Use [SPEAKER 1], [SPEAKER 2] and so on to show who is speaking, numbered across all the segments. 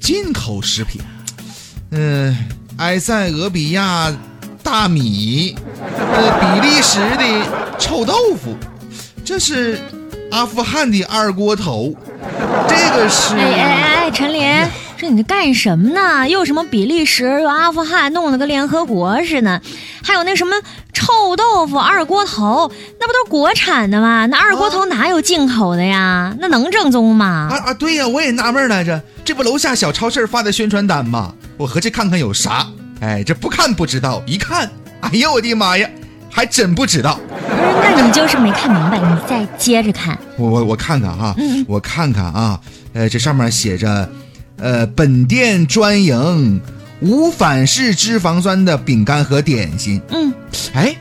[SPEAKER 1] 进口食品，嗯、埃塞俄比亚大米，呃，比利时的臭豆腐，这是阿富汗的二锅头，这个是。
[SPEAKER 2] 哎哎哎哎，陈琳，这你这干什么呢？又什么比利时，又阿富汗，弄得跟联合国似的。还有那什么臭豆腐、二锅头，那不都是国产的吗？那二锅头哪有进口的呀？那能正宗吗？
[SPEAKER 1] 啊啊，对呀、我也纳闷来着，这不楼下小超市发的宣传单吗？我合计看看有啥。哎，这不看不知道，一看，哎呀，我的妈呀，还真不知道。
[SPEAKER 2] 不是，那你就是没看明白，你再接着看。
[SPEAKER 1] 我我我看看啊，
[SPEAKER 2] 嗯
[SPEAKER 1] 我看看啊，呃，这上面写着，呃，本店专营无反式脂肪酸的饼干和点心。
[SPEAKER 2] 嗯，
[SPEAKER 1] 哎，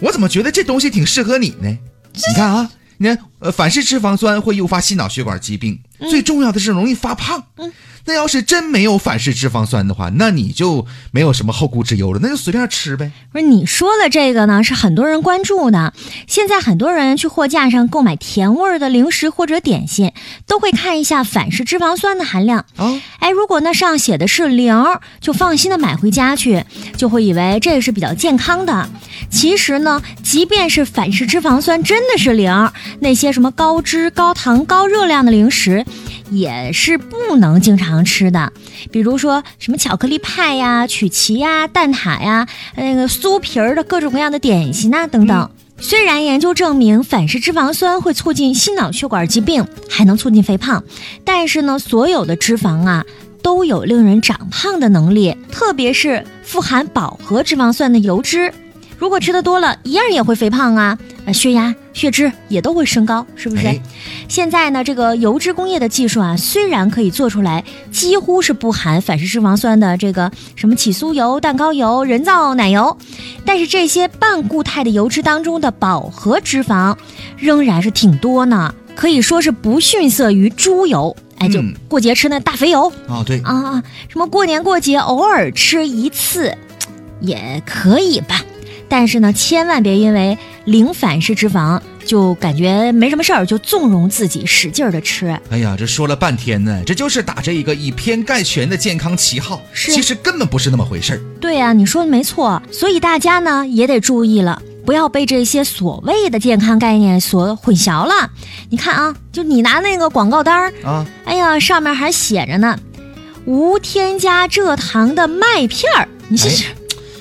[SPEAKER 1] 我怎么觉得这东西挺适合你呢？你看啊，你看，呃，反式脂肪酸会诱发心脑血管疾病，最重要的是容易发胖。
[SPEAKER 2] 嗯，
[SPEAKER 1] 那要是真没有反式脂肪酸的话，那你就没有什么后顾之忧了，那就随便吃呗。
[SPEAKER 2] 不是你说的这个呢，是很多人关注的。现在很多人去货架上购买甜味儿的零食或者点心，都会看一下反式脂肪酸的含量。
[SPEAKER 1] 啊，
[SPEAKER 2] 哎，如果那上写的是零儿，就放心的买回家去，就会以为这是比较健康的。其实呢，即便是反式脂肪酸真的是零儿，那些什么高脂、高糖、高热量的零食，也是不能经常吃的。比如说什么巧克力派呀、曲奇呀、蛋挞呀、呃那个酥皮儿的各种各样的点心呐、等等。虽然研究证明反式脂肪酸会促进心脑血管疾病，还能促进肥胖，但是呢，所有的脂肪啊都有令人长胖的能力，特别是富含饱和脂肪酸的油脂，如果吃的多了，一样也会肥胖啊，呃，血压、血脂也都会升高，是不是？
[SPEAKER 1] 哎
[SPEAKER 2] 现在呢，这个油脂工业的技术啊，虽然可以做出来几乎是不含反式脂肪酸的这个什么起酥油、蛋糕油、人造奶油，但是这些半固态的油脂当中的饱和脂肪仍然是挺多呢，可以说是不逊色于猪油。哎，就
[SPEAKER 1] 嗯
[SPEAKER 2] 过节吃那大肥油、
[SPEAKER 1] 啊，对，
[SPEAKER 2] 啊啊，什么过年过节偶尔吃一次也可以吧，但是呢，千万别因为零反式脂肪就感觉没什么事儿，就纵容自己使劲儿的吃。
[SPEAKER 1] 哎呀，这说了半天呢，这就是打着一个以偏概全的健康旗号，
[SPEAKER 2] 是
[SPEAKER 1] 其实根本不是那么回事儿。
[SPEAKER 2] 对呀、你说的没错，所以大家呢也得注意了。不要被这些所谓的健康概念所混淆了。你看啊，就你拿那个广告单儿，
[SPEAKER 1] 啊，
[SPEAKER 2] 哎呀，上面还写着呢，无添加蔗糖的麦片儿。你试试，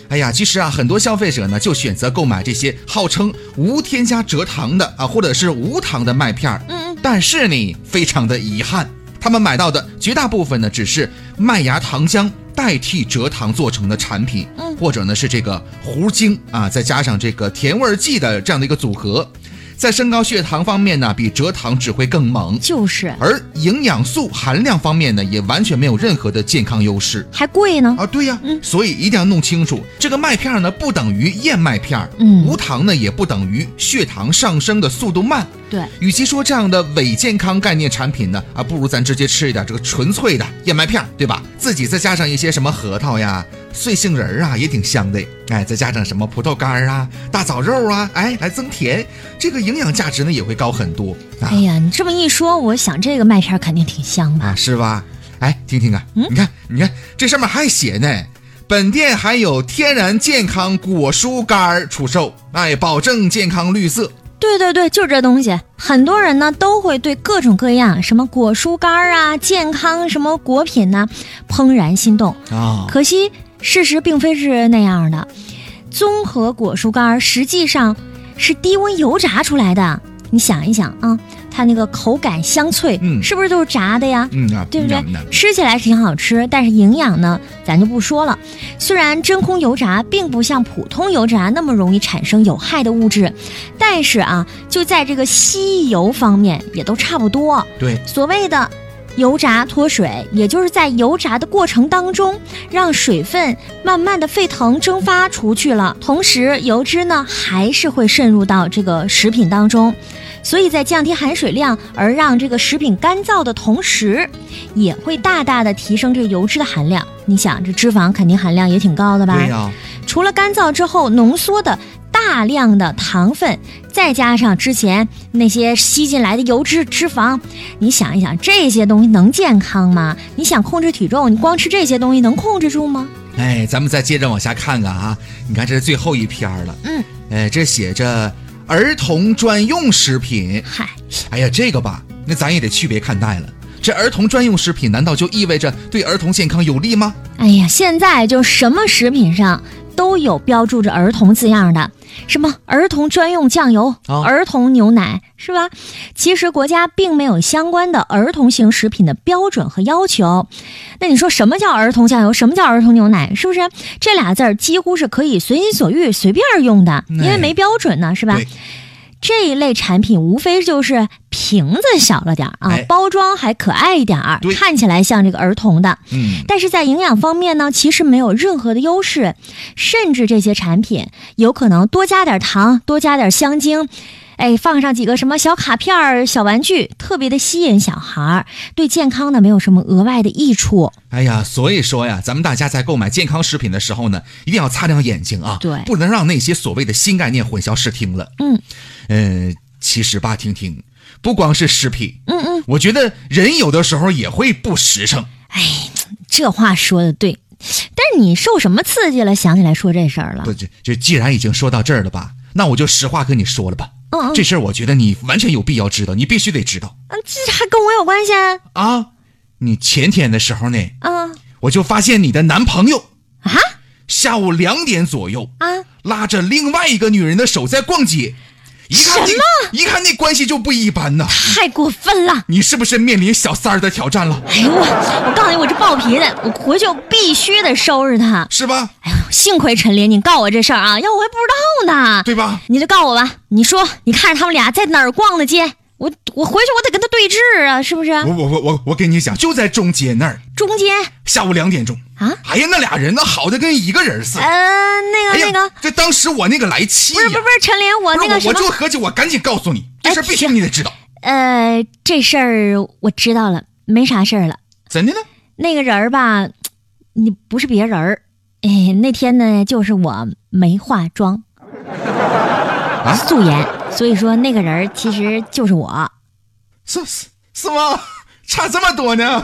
[SPEAKER 1] 哎呀，其实啊，很多消费者呢就选择购买这些号称无添加蔗糖的啊，或者是无糖的麦片儿。
[SPEAKER 2] 嗯嗯，
[SPEAKER 1] 但是呢，非常的遗憾，他们买到的绝大部分呢只是麦芽糖浆代替蔗糖做成的产品，
[SPEAKER 2] 嗯
[SPEAKER 1] 或者呢是这个糊精啊，再加上这个甜味儿剂的这样的一个组合，在升高血糖方面呢，比蔗糖只会更猛。
[SPEAKER 2] 就是
[SPEAKER 1] 而营养素含量方面呢，也完全没有任何的健康优势。
[SPEAKER 2] 还贵呢。
[SPEAKER 1] 啊，对呀、
[SPEAKER 2] 嗯
[SPEAKER 1] 所以一定要弄清楚，这个麦片儿呢不等于燕麦片儿，
[SPEAKER 2] 嗯
[SPEAKER 1] 无糖呢也不等于血糖上升的速度慢。
[SPEAKER 2] 对，
[SPEAKER 1] 与其说这样的伪健康概念产品呢，啊，不如咱直接吃一点这个纯粹的燕麦片儿，对吧？自己再加上一些什么核桃呀、碎杏仁儿啊，也挺香的。哎，再加上什么葡萄干儿啊、大枣肉啊，哎，来增甜，这个营养价值呢也会高很多啊、
[SPEAKER 2] 哎呀，你这么一说，我想这个麦片儿肯定挺香吧？
[SPEAKER 1] 啊，是吧？哎，听听啊，
[SPEAKER 2] 嗯
[SPEAKER 1] 你看，你看，这上面还写呢，本店还有天然健康果蔬干儿出售，哎，保证健康绿色。
[SPEAKER 2] 对对对，就是这东西。很多人呢都会对各种各样什么果蔬干儿啊、健康什么果品呐、怦然心动。
[SPEAKER 1] 啊，
[SPEAKER 2] 可惜事实并非是那样的，综合果蔬干儿实际上是低温油炸出来的。你想一想啊，它那个口感香脆，
[SPEAKER 1] 嗯
[SPEAKER 2] 是不是都是炸的呀？
[SPEAKER 1] 嗯啊，
[SPEAKER 2] 对不对
[SPEAKER 1] 嗯啊？
[SPEAKER 2] 吃起来是挺好吃，但是营养呢，咱就不说了。虽然真空油炸并不像普通油炸那么容易产生有害的物质，但是啊，就在这个吸油方面也都差不多。
[SPEAKER 1] 对，
[SPEAKER 2] 所谓的油炸脱水，也就是在油炸的过程当中，让水分慢慢的沸腾蒸发出去了，同时油脂呢还是会渗入到这个食品当中。所以在降低含水量而让这个食品干燥的同时，也会大大的提升这个油脂的含量。你想，这脂肪肯定含量也挺高的吧？
[SPEAKER 1] 对呀、
[SPEAKER 2] 除了干燥之后浓缩的大大量的糖分，再加上之前那些吸进来的油脂、脂肪，你想一想，这些东西能健康吗？你想控制体重，你光吃这些东西能控制住吗？
[SPEAKER 1] 哎，咱们再接着往下看看啊，你看这是最后一篇了，
[SPEAKER 2] 嗯，
[SPEAKER 1] 哎，这写着儿童专用食品，
[SPEAKER 2] 嗨，
[SPEAKER 1] 哎呀，这个吧，那咱也得区别看待了。这儿童专用食品难道就意味着对儿童健康有利吗？
[SPEAKER 2] 哎呀，现在就什么食品上都有标注着儿童字样的，什么儿童专用酱油、
[SPEAKER 1] 啊
[SPEAKER 2] 儿童牛奶，是吧？其实国家并没有相关的儿童型食品的标准和要求。那你说什么叫儿童酱油？什么叫儿童牛奶？是不是这俩字儿几乎是可以随心所欲、随便用的？因为没标准呢，是吧？
[SPEAKER 1] 对
[SPEAKER 2] 这一类产品无非就是瓶子小了点儿啊，
[SPEAKER 1] 哎
[SPEAKER 2] 包装还可爱一点儿
[SPEAKER 1] 对，
[SPEAKER 2] 看起来像这个儿童的。
[SPEAKER 1] 嗯，
[SPEAKER 2] 但是在营养方面呢，其实没有任何的优势，甚至这些产品有可能多加点糖，多加点香精。哎，放上几个什么小卡片儿、小玩具，特别的吸引小孩儿，对健康呢没有什么额外的益处。
[SPEAKER 1] 哎呀，所以说呀，咱们大家在购买健康食品的时候呢，一定要擦亮眼睛啊，
[SPEAKER 2] 对
[SPEAKER 1] 不能让那些所谓的新概念混淆视听了。
[SPEAKER 2] 嗯
[SPEAKER 1] 嗯，其实吧，婷婷，不光是食品，
[SPEAKER 2] 嗯嗯，啊
[SPEAKER 1] 我觉得人有的时候也会不实诚。
[SPEAKER 2] 这话说的对，但是你受什么刺激了，想起来说这事儿了
[SPEAKER 1] 不，？这这既然已经说到这儿了吧，那我就实话跟你说了吧。
[SPEAKER 2] 嗯嗯，
[SPEAKER 1] 这事儿我觉得你完全有必要知道，你必须得知道
[SPEAKER 2] 嗯这还跟我有关系啊？
[SPEAKER 1] 啊！你前天的时候呢，
[SPEAKER 2] 啊
[SPEAKER 1] 我就发现你的男朋友
[SPEAKER 2] 啊
[SPEAKER 1] 下午两点左右
[SPEAKER 2] 啊！
[SPEAKER 1] 拉着另外一个女人的手在逛街，一看那一看那关系就不一般呐！
[SPEAKER 2] 太过分了！
[SPEAKER 1] 你是不是面临小三儿的挑战了？
[SPEAKER 2] 哎呦我，我告诉你，我这暴脾气，我回去我必须得收拾他。
[SPEAKER 1] 是吧？
[SPEAKER 2] 哎呦，幸亏陈琳你告我这事儿啊，要我还不知道呢。
[SPEAKER 1] 对吧？
[SPEAKER 2] 你就告我吧，你说你看着他们俩在哪儿逛的街，我我回去我得跟他对峙啊，是不是？
[SPEAKER 1] 我我我我我跟你讲，就在中街那儿，
[SPEAKER 2] 中间
[SPEAKER 1] 下午两点钟
[SPEAKER 2] 啊，
[SPEAKER 1] 哎呀，那俩人那好的跟一个人似的。
[SPEAKER 2] 呃，那
[SPEAKER 1] 哎
[SPEAKER 2] 个
[SPEAKER 1] 呀
[SPEAKER 2] 那个，
[SPEAKER 1] 这当时我那个来气呀
[SPEAKER 2] 不是不是不是，陈琳，我
[SPEAKER 1] 不
[SPEAKER 2] 那
[SPEAKER 1] 是
[SPEAKER 2] 个什
[SPEAKER 1] 我就
[SPEAKER 2] 么，哎
[SPEAKER 1] 合计，我赶紧告诉你，这事儿必须你得知道。
[SPEAKER 2] 呃，这事儿我知道了，没啥事儿了。
[SPEAKER 1] 怎的呢？
[SPEAKER 2] 那个人儿吧，你不是别人儿，哎，那天呢就是我没化妆，
[SPEAKER 1] 啊
[SPEAKER 2] 素颜，所以说那个人儿其实就是我。
[SPEAKER 1] 是是是吗？差这么多呢？